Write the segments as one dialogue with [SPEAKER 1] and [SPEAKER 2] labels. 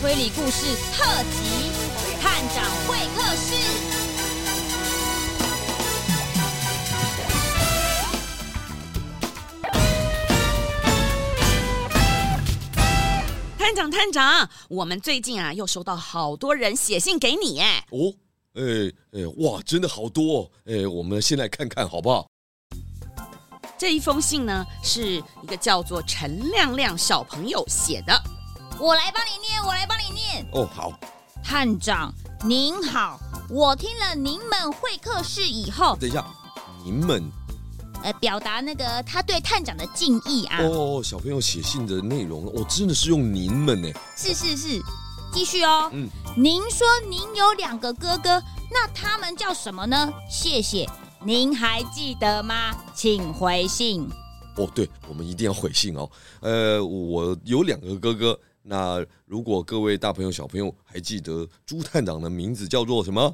[SPEAKER 1] 推理故事特辑《探长会客室》。探长，探长，我们最近啊又收到好多人写信给你哎。
[SPEAKER 2] 哦，哎哎，哇，真的好多、哦！哎，我们先来看看好不好？
[SPEAKER 1] 这一封信呢，是一个叫做陈亮亮小朋友写的。
[SPEAKER 3] 我来帮你念，我来帮你念。
[SPEAKER 2] 哦，好，
[SPEAKER 3] 探长您好，我听了您们会客室以后，
[SPEAKER 2] 等一下，你们
[SPEAKER 3] 呃，表达那个他对探长的敬意啊。
[SPEAKER 2] 哦，小朋友写信的内容，我、哦、真的是用您们呢。
[SPEAKER 3] 是是是，继续哦。
[SPEAKER 2] 嗯
[SPEAKER 3] 您说您有两个哥哥，那他们叫什么呢？谢谢。您还记得吗？请回信。
[SPEAKER 2] 哦，对，我们一定要回信哦。呃，我有两个哥哥，那如果各位大朋友小朋友还记得朱探长的名字叫做什么？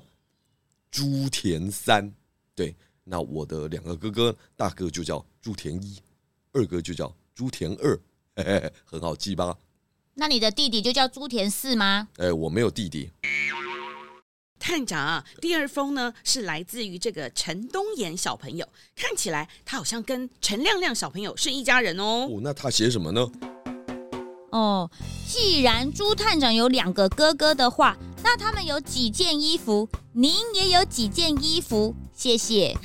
[SPEAKER 2] 朱田三。对，那我的两个哥哥，大哥就叫朱田一，二哥就叫朱田二，嘿嘿嘿，很好记吧？
[SPEAKER 3] 那你的弟弟就叫朱田四吗？
[SPEAKER 2] 哎、我没有弟弟。
[SPEAKER 1] 探长啊，第二封呢是来自于这个陈东岩小朋友，看起来他好像跟陈亮亮小朋友是一家人哦。
[SPEAKER 2] 哦，那他写什么呢？
[SPEAKER 3] 哦，既然朱探长有两个哥哥的话，那他们有几件衣服？您也有几件衣服？谢谢。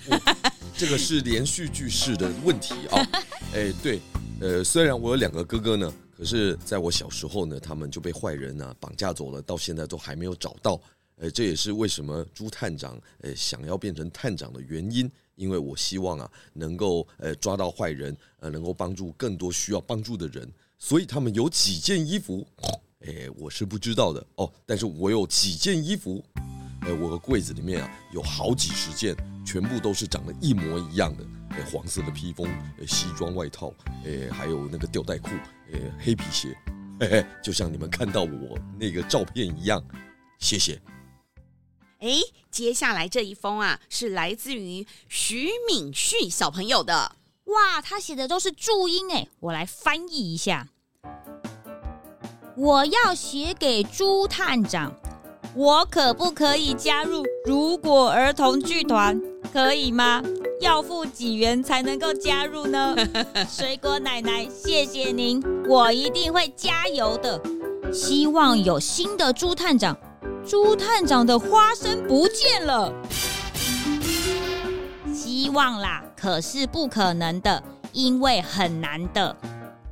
[SPEAKER 2] 这个是连续剧式的问题啊、哎，对，呃，虽然我有两个哥哥呢，可是在我小时候呢，他们就被坏人啊绑架走了，到现在都还没有找到。呃，这也是为什么朱探长呃想要变成探长的原因，因为我希望啊能够呃抓到坏人，呃能够帮助更多需要帮助的人，所以他们有几件衣服，哎，我是不知道的哦，但是我有几件衣服，呃，我的柜子里面啊有好几十件，全部都是长得一模一样的，呃，黄色的披风，呃，西装外套，呃，还有那个吊带裤，呃，黑皮鞋， 嘿嘿，就像你们看到我那个照片一样，谢谢。
[SPEAKER 1] 诶，哎接下来这一封啊是来自于徐敏旭小朋友的。
[SPEAKER 3] 哇，他写的都是注音哎，我来翻译一下。我要写给朱探长，我可不可以加入如果儿童剧团？可以吗？要付几元才能够加入呢？水果奶奶，谢谢您，我一定会加油的。希望有新的朱探长。朱探长的花生不见了。希望啦，可是不可能的，因为很难的。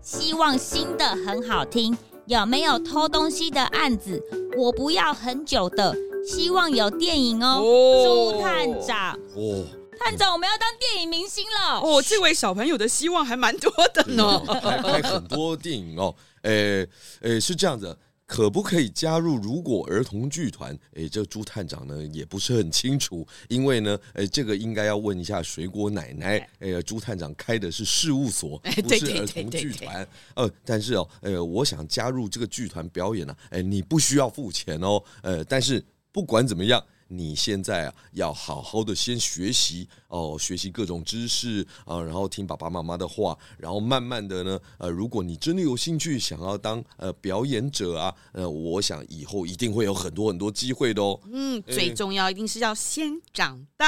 [SPEAKER 3] 希望新的很好听，有没有偷东西的案子？我不要很久的，希望有电影哦。
[SPEAKER 1] 哦
[SPEAKER 3] 朱探长，
[SPEAKER 2] 哦，
[SPEAKER 3] 探长，我们要当电影明星了。
[SPEAKER 1] 哦，这位小朋友的希望还蛮多 的呢。
[SPEAKER 2] 还拍嗯很多电影哦。诶、诶、是这样子，可不可以加入如果儿童剧团？诶、这朱探长呢也不是很清楚，因为呢，诶、这个应该要问一下水果奶奶。诶、朱探长开的是事务所，不
[SPEAKER 1] 哎对对
[SPEAKER 2] 是儿童剧团。呃，但是哦，呃，我想加入这个剧团表演呢、诶、你不需要付钱哦。呃，但是不管怎么样。你现在啊，要好好的先学习哦，学习各种知识啊、然后听爸爸妈妈的话，然后慢慢的呢，呃，如果你真的有兴趣想要当呃表演者啊，呃，我想以后一定会有很多很多机会的哦。
[SPEAKER 1] 嗯，最重要一定是要先长大。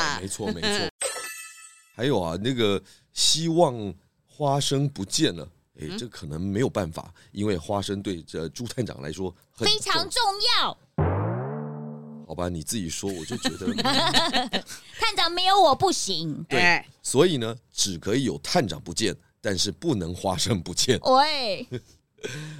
[SPEAKER 2] 哎没错 没错。还有啊，那个希望花生不见了，诶，
[SPEAKER 3] 嗯
[SPEAKER 2] 这可能没有办法，因为花生对这朱探长来说很
[SPEAKER 3] 非常
[SPEAKER 2] 重
[SPEAKER 3] 重要。
[SPEAKER 2] 好吧，你自己说，我就觉得。嗯
[SPEAKER 3] 探长没有我不行。
[SPEAKER 2] 对
[SPEAKER 1] 哎
[SPEAKER 2] 所以呢，只可以有探长不见，但是不能花生不见。
[SPEAKER 3] 喂，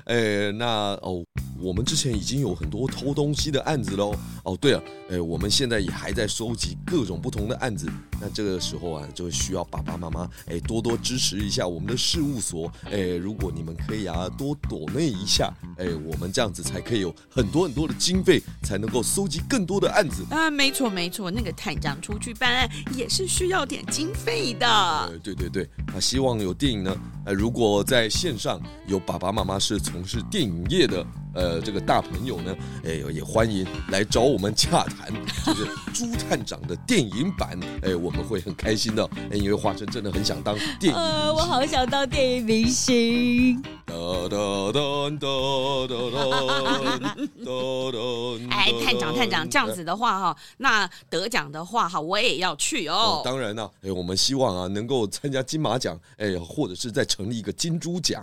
[SPEAKER 2] 呃，那哦，我们之前已经有很多偷东西的案子喽。哦，对了，呃，我们现在也还在收集各种不同的案子。那这个时候啊，就需要爸爸妈妈哎多多支持一下我们的事务所。哎，如果你们可以啊，多躲那一下，哎，我们这样子才可以有很多很多的经费，才能够收集更多的案子。
[SPEAKER 1] 啊，没错没错，那个探长出去办案也是需要点经费的。
[SPEAKER 2] 呃，对对对，啊，希望有电影呢。呃，如果在线上有爸爸妈妈爸是从事电影业的呃这个大朋友呢，哎也欢迎来找我们洽谈，就是朱探长的电影版，哎我们会很开心的，哎因为华生真的很想当电影
[SPEAKER 3] 呃，我好想当电影明星。
[SPEAKER 2] 哒哒哒哒哒哒哒。
[SPEAKER 1] 哎，探长探
[SPEAKER 2] 嗯
[SPEAKER 1] 长，这样子的话哈，那得奖的话哈，我也要去
[SPEAKER 2] 哦
[SPEAKER 1] 哦。，
[SPEAKER 2] 当然啦、哎，我们希望啊能够参加金马奖，哎，或者是再成立一个金猪奖。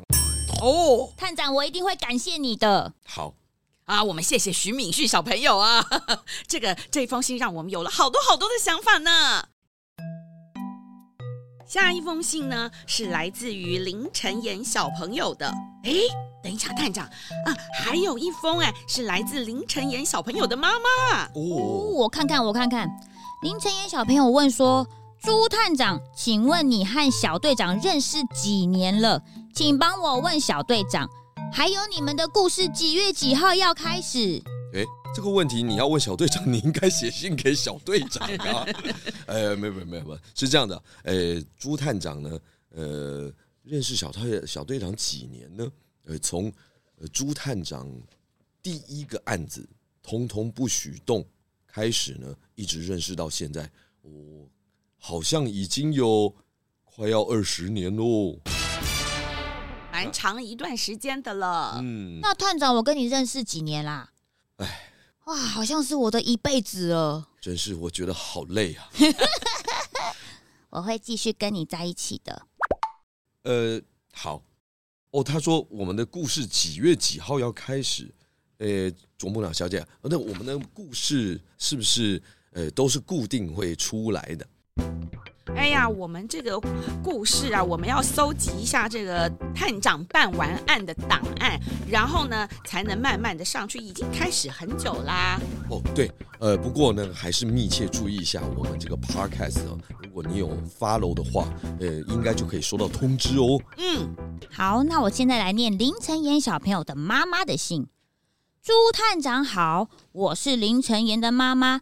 [SPEAKER 1] 哦
[SPEAKER 3] 探长，我一定会感谢你的。
[SPEAKER 2] 好，
[SPEAKER 1] 啊，我们谢谢徐敏旭小朋友啊， 这个这封信让我们有了好多好多的想法呢。下一封信呢，是来自于林晨妍小朋友的。哎，等一下，探长啊，还有一封哎，是来自林晨妍小朋友的妈妈。
[SPEAKER 2] 哦，
[SPEAKER 3] 我看看，我看看。林晨妍小朋友问说：“朱探长，请问你和小队长认识几年了？请帮我问小队长，还有你们的故事几月几号要开始？
[SPEAKER 2] 哎，这个问题你要问小队长，你应该写信给小队长啊。 呃，没有没有没有没有，是这样的，呃，朱探长呢，呃，认识小队小队长几年呢？呃，从呃朱探长第一个案子“通通不许动”开始呢，一直认识到现在，我好像已经有快要二十年喽。
[SPEAKER 1] 蛮长一段时间的了。
[SPEAKER 2] 嗯，
[SPEAKER 3] 那探长，我跟你认识几年啦？
[SPEAKER 2] 哎，
[SPEAKER 3] 哇，好像是我的一辈子了。
[SPEAKER 2] 真是我觉得好累啊。
[SPEAKER 3] 我会继续跟你在一起的。
[SPEAKER 2] 呃，好，哦，他说我们的故事几月几号要开始？呃，啄木鸟小姐，呃那我们的故事是不是呃都是固定会出来的？
[SPEAKER 1] 哎呀，我们这个故事啊，我们要搜集一下这个探长办完案的档案，然后呢，才能慢慢的上去。已经开始很久啦。
[SPEAKER 2] 哦，对，呃，不过呢，还是密切注意一下我们这个 podcast 哦。如果你有 follow 的话，呃，应该就可以收到通知哦。
[SPEAKER 1] 嗯，
[SPEAKER 3] 好，那我现在来念林晨妍小朋友的妈妈的信。朱探长好，我是林晨妍的妈妈。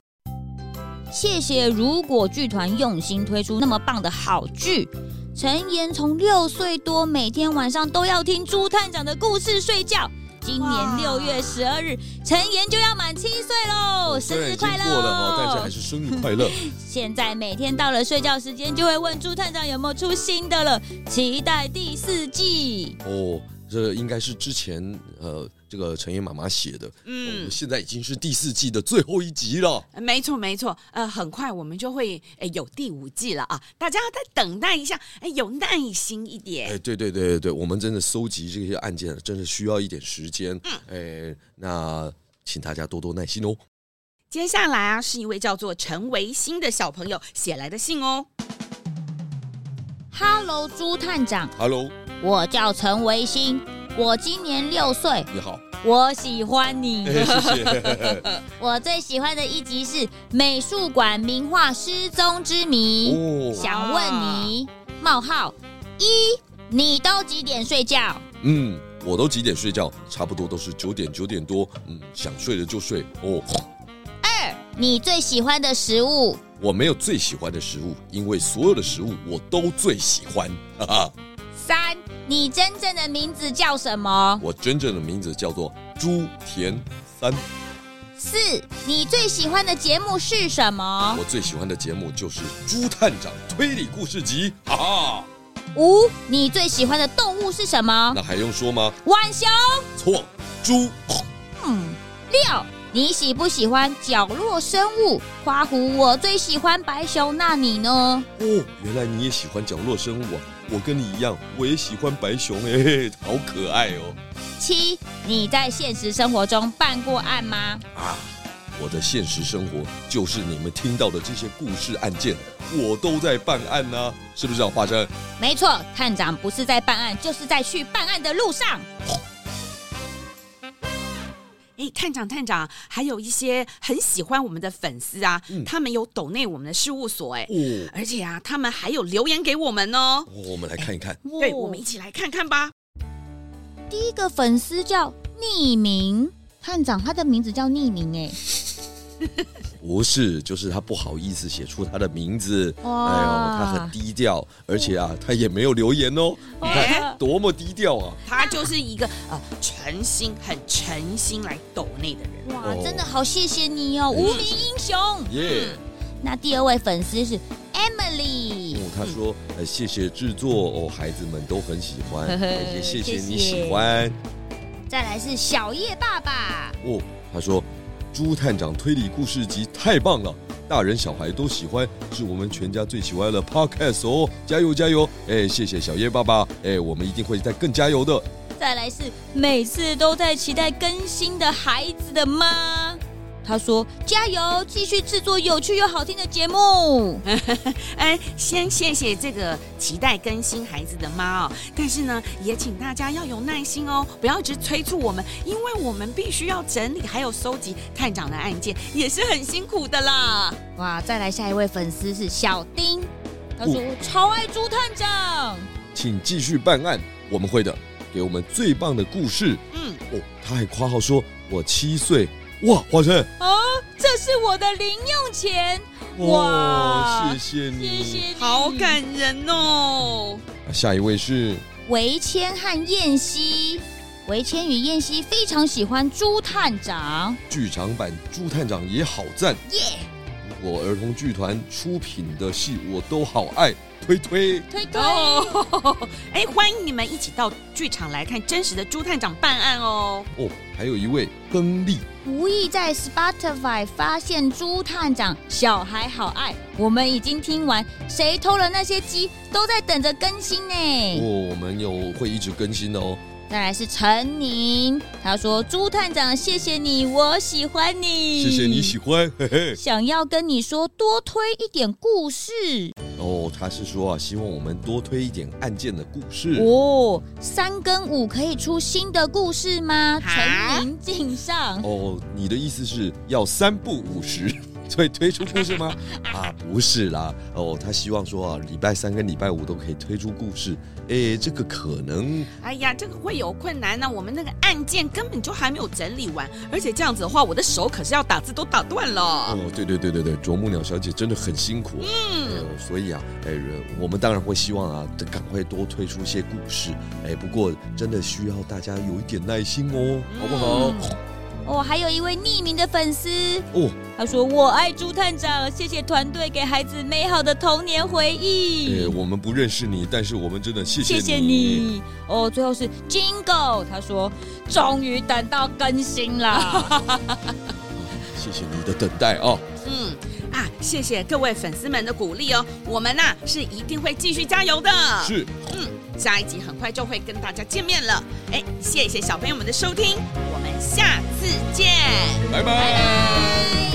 [SPEAKER 3] 谢谢如果剧团用心推出那么棒的好剧。陈妍从六岁多，每天晚上都要听朱探长的故事睡觉。今
[SPEAKER 1] 哇
[SPEAKER 3] 年六月十二日，陈妍就要满七岁喽，生
[SPEAKER 2] 虽然
[SPEAKER 3] 日
[SPEAKER 2] 已经
[SPEAKER 3] 快乐！
[SPEAKER 2] 过了哈、但是还是生日快 乐。
[SPEAKER 3] 现在每天到了睡觉时间，就会问朱探长有没有出新的了，期待第四季。
[SPEAKER 2] 哦，这应该是之前呃这个陈燕妈妈写的，
[SPEAKER 1] 嗯
[SPEAKER 2] 哦现在已经是第四季的最后一集了。
[SPEAKER 1] 没错没错，呃，很快我们就会呃有第五季了啊，大家再等待一下，哎，有耐心一点。
[SPEAKER 2] 哎，对对对对对，我们真的搜集这些案件，真的需要一点时间。哎，那请大家多多耐心哦。
[SPEAKER 1] 接下来啊，是一位叫做陈维新的小朋友写来的信哦。
[SPEAKER 3] Hello，朱探长，
[SPEAKER 2] Hello，
[SPEAKER 3] 我叫陈维新，我今年六岁，
[SPEAKER 2] 你好，
[SPEAKER 3] 我喜欢
[SPEAKER 2] 哎
[SPEAKER 3] 你。
[SPEAKER 2] 谢谢。
[SPEAKER 3] 我最喜欢的一集是《美术馆名画失踪之谜》，
[SPEAKER 2] 哦，
[SPEAKER 3] 想问你：冒号一，你都几点睡觉？
[SPEAKER 2] 嗯，我都几点睡觉？差不多都是九点九点多。嗯，想睡了就睡。哦，
[SPEAKER 3] 你最喜欢的食物？
[SPEAKER 2] 我没有最喜欢的食物，因为所有的食物我都最喜欢。哈哈，
[SPEAKER 3] 三，你真正的名字叫什么？
[SPEAKER 2] 我真正的名字叫做朱田三。
[SPEAKER 3] 四，你最喜欢的节目是什么？
[SPEAKER 2] 我最喜欢的节目就是《朱探长推理故事集》啊，
[SPEAKER 3] 五，你最喜欢的动物是什么？
[SPEAKER 2] 那还用说吗？
[SPEAKER 3] 浣熊。
[SPEAKER 2] 错，猪。
[SPEAKER 3] 嗯，六，你喜不喜欢角落生物？花狐，我最喜欢白熊，那你呢？
[SPEAKER 2] 哦，原来你也喜欢角落生物啊！我跟你一样，我也喜欢白熊，哎、嘿好可爱哦！
[SPEAKER 3] 七，你在现实生活中办过案吗？
[SPEAKER 2] 啊，我的现实生活就是你们听到的这些故事案件，我都在办案呢、是不是啊，华生？
[SPEAKER 3] 没错，探长不是在办案，就是在去办案的路上。
[SPEAKER 1] 哎，探长探长，还有一些很喜欢我们的粉丝啊，
[SPEAKER 2] 嗯
[SPEAKER 1] 他们有抖内我们的事务所哎，
[SPEAKER 2] 哦，
[SPEAKER 1] 而且啊，他们还有留言给我们哦。
[SPEAKER 2] 哦我们来看一看。
[SPEAKER 1] 对，我们一起来看看吧。
[SPEAKER 3] 第一个粉丝叫匿名探长，他的名字叫匿名哎。
[SPEAKER 2] 不是，就是他不好意思写出他的名字。哎呦，他很
[SPEAKER 3] 哇，
[SPEAKER 2] 低调，而且啊，他也没有留言哦，你看
[SPEAKER 3] 哇
[SPEAKER 2] 多么低调啊！
[SPEAKER 1] 他就是一个呃诚心、很诚心来抖内的人。
[SPEAKER 3] 哇
[SPEAKER 2] 哦，
[SPEAKER 3] 真的好谢谢你哦，无名英雄。
[SPEAKER 2] 耶、
[SPEAKER 3] 那第二位粉丝是 Emily，
[SPEAKER 2] 哦，他说，呃，谢谢制作哦，孩子们都很喜欢，
[SPEAKER 3] 呵呵
[SPEAKER 2] 也谢谢
[SPEAKER 3] 谢
[SPEAKER 2] 你
[SPEAKER 3] 谢
[SPEAKER 2] 喜欢
[SPEAKER 3] 再来是小叶爸爸，
[SPEAKER 2] 哦。他说，朱探长推理故事集太棒了，大人小孩都喜欢，是我们全家最喜欢的 podcast 哦，加油加油！哎，谢谢小叶爸爸，哎，我们一定会再更加油的。
[SPEAKER 3] 再来是每次都在期待更新的孩子的妈。他说：“加油，继续制作有趣又好听的节目。
[SPEAKER 1] 哎，先谢谢这个期待更新孩子的妈哦，但是呢，也请大家要有耐心哦，不要一直催促我们，因为我们必须要整理还有收集探长的案件，也是很辛苦的啦。”
[SPEAKER 3] 哇，再来下一位粉丝是小丁，他说：“超爱朱探长。
[SPEAKER 2] 请继续办案，我们会的，给我们最棒的故事
[SPEAKER 1] 嗯，
[SPEAKER 2] 哦。他还夸号说，我七岁，哇，华晨，”
[SPEAKER 3] 哦，这是我的零用钱，
[SPEAKER 2] 哇，
[SPEAKER 3] 哇
[SPEAKER 2] 哦谢谢
[SPEAKER 3] 谢
[SPEAKER 2] 你。
[SPEAKER 3] 谢你。
[SPEAKER 1] 好感人哦。
[SPEAKER 2] 下一位是
[SPEAKER 3] 维谦和燕西，维谦与燕西非常喜欢朱探长。
[SPEAKER 2] 剧场版《朱探长》也好赞，
[SPEAKER 3] 耶、
[SPEAKER 2] 我儿童剧团出品的戏我都好爱，推推。
[SPEAKER 3] 推推。
[SPEAKER 1] 哦，哎，欢迎你们一起到剧场来看真实的朱探长办案哦。
[SPEAKER 2] 哦，还有一位更丽，
[SPEAKER 3] 无意在 Spotify 发现朱探长小孩好爱，我们已经听完，谁偷了那些鸡都在等着更新
[SPEAKER 2] 哦，
[SPEAKER 3] 呢。
[SPEAKER 2] 我们有会一直更新的哦。
[SPEAKER 3] 再来是陈宁，他说朱探长谢谢你，我喜欢你，
[SPEAKER 2] 谢谢你喜欢， 嘿嘿。
[SPEAKER 3] 想要跟你说多推一点故事
[SPEAKER 2] 哦，他是说啊，希望我们多推一点案件的故事。
[SPEAKER 3] 哦，三跟五可以出新的故事吗？
[SPEAKER 1] 啊
[SPEAKER 3] 陈宁敬上，
[SPEAKER 2] 哦，你的意思是要三不五十，所以 推出故事吗？啊，不是啦。哦，他希望说啊，礼拜三跟礼拜五都可以推出故事。诶，这个可能
[SPEAKER 1] 哎呀，这个会有困难呢、我们那个案件根本就还没有整理完，而且这样子的话，我的手可是要打字都打断了。
[SPEAKER 2] 哦，对对对对对，啄木鸟小姐真的很辛苦。
[SPEAKER 1] 啊嗯，
[SPEAKER 2] 呃，所以啊，哎，人我们当然会希望啊，赶快多推出一些故事。哎，不过真的需要大家有一点耐心哦，好不好？
[SPEAKER 3] 哦，还有一位匿名的粉丝，
[SPEAKER 2] 哦，
[SPEAKER 3] 他说：“我爱朱探长，谢谢团队给孩子美好的童年回忆
[SPEAKER 2] 哎，，我们不认识你，但是我们真的谢
[SPEAKER 3] 谢谢
[SPEAKER 2] 你。
[SPEAKER 3] 你。”哦，最后是 Jingle，他说：“终于等到更新
[SPEAKER 2] 啊
[SPEAKER 3] 了。
[SPEAKER 2] 谢谢你的等待啊！
[SPEAKER 1] 嗯啊，谢谢各位粉丝们的鼓励哦，我们呐、是一定会继续加油的。
[SPEAKER 2] 是，
[SPEAKER 1] 下一集很快就会跟大家见面了。哎，谢谢小朋友们的收听，我们下次见。
[SPEAKER 2] 拜拜”
[SPEAKER 3] 拜。